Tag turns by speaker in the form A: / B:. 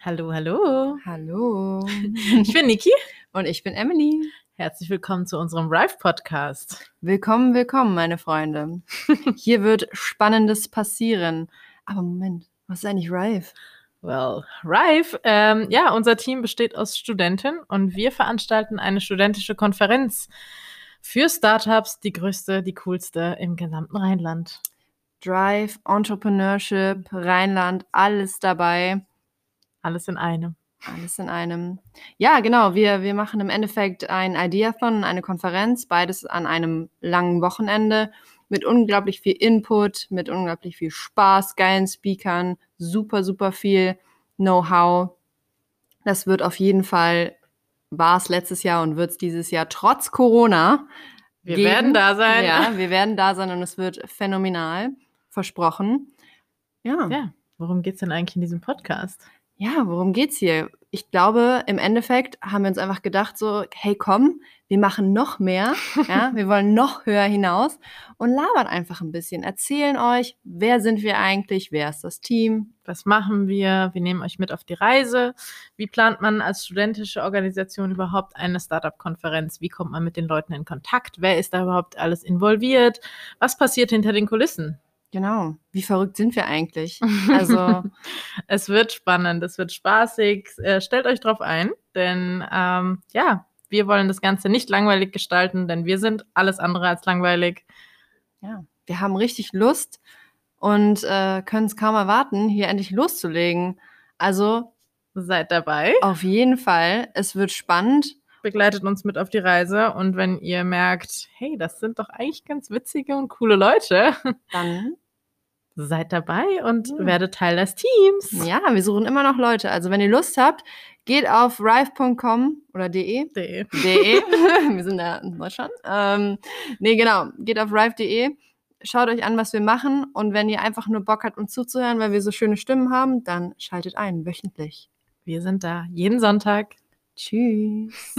A: Hallo, hallo.
B: Hallo.
A: Ich bin Niki.
B: Und ich bin Emily.
A: Herzlich willkommen zu unserem Rive Podcast.
B: Willkommen, willkommen, meine Freunde. Hier wird Spannendes passieren. Aber Moment, was ist eigentlich Rive?
A: Well, Rive, ähm, ja, unser Team besteht aus Studenten und wir veranstalten eine studentische Konferenz für Startups, die größte, die coolste im gesamten Rheinland.
B: Drive, Entrepreneurship, Rheinland, alles dabei.
A: Alles in einem.
B: Alles in einem. Ja, genau. Wir, wir machen im Endeffekt ein Ideathon und eine Konferenz, beides an einem langen Wochenende mit unglaublich viel Input, mit unglaublich viel Spaß, geilen Speakern, super, super viel Know-how. Das wird auf jeden Fall, war es letztes Jahr und wird es dieses Jahr trotz Corona.
A: Wir
B: geben.
A: werden da sein.
B: Ja, wir werden da sein und es wird phänomenal, versprochen. Ja.
A: ja. Worum geht's denn eigentlich in diesem Podcast?
B: ja, worum geht's hier? Ich glaube, im Endeffekt haben wir uns einfach gedacht, so, hey, komm, wir machen noch mehr, ja, wir wollen noch höher hinaus und labern einfach ein bisschen, erzählen euch, wer sind wir eigentlich, wer ist das Team?
A: Was machen wir? Wir nehmen euch mit auf die Reise. Wie plant man als studentische Organisation überhaupt eine Startup-Konferenz? Wie kommt man mit den Leuten in Kontakt? Wer ist da überhaupt alles involviert? Was passiert hinter den Kulissen?
B: Genau, wie verrückt sind wir eigentlich? Also,
A: Es wird spannend, es wird spaßig. Äh, stellt euch drauf ein, denn ähm, ja, wir wollen das Ganze nicht langweilig gestalten, denn wir sind alles andere als langweilig.
B: ja, wir haben richtig Lust und äh, können es kaum erwarten, hier endlich loszulegen. Also,
A: Seid dabei,
B: auf jeden Fall, es wird spannend.
A: begleitet uns mit auf die Reise und wenn ihr merkt, hey, das sind doch eigentlich ganz witzige und coole Leute,
B: Dann
A: seid dabei und
B: Mhm.
A: werdet Teil des Teams.
B: Ja, wir suchen immer noch Leute. Also wenn ihr Lust habt, geht auf rive.com oder de.
A: D.
B: de. wir sind ja in Deutschland. Ähm, nee, genau. Geht auf rive.de. Schaut euch an, was wir machen. Und wenn ihr einfach nur Bock habt, uns zuzuhören, weil wir so schöne Stimmen haben, dann schaltet ein, wöchentlich.
A: Wir sind da jeden Sonntag.
B: Tschüss.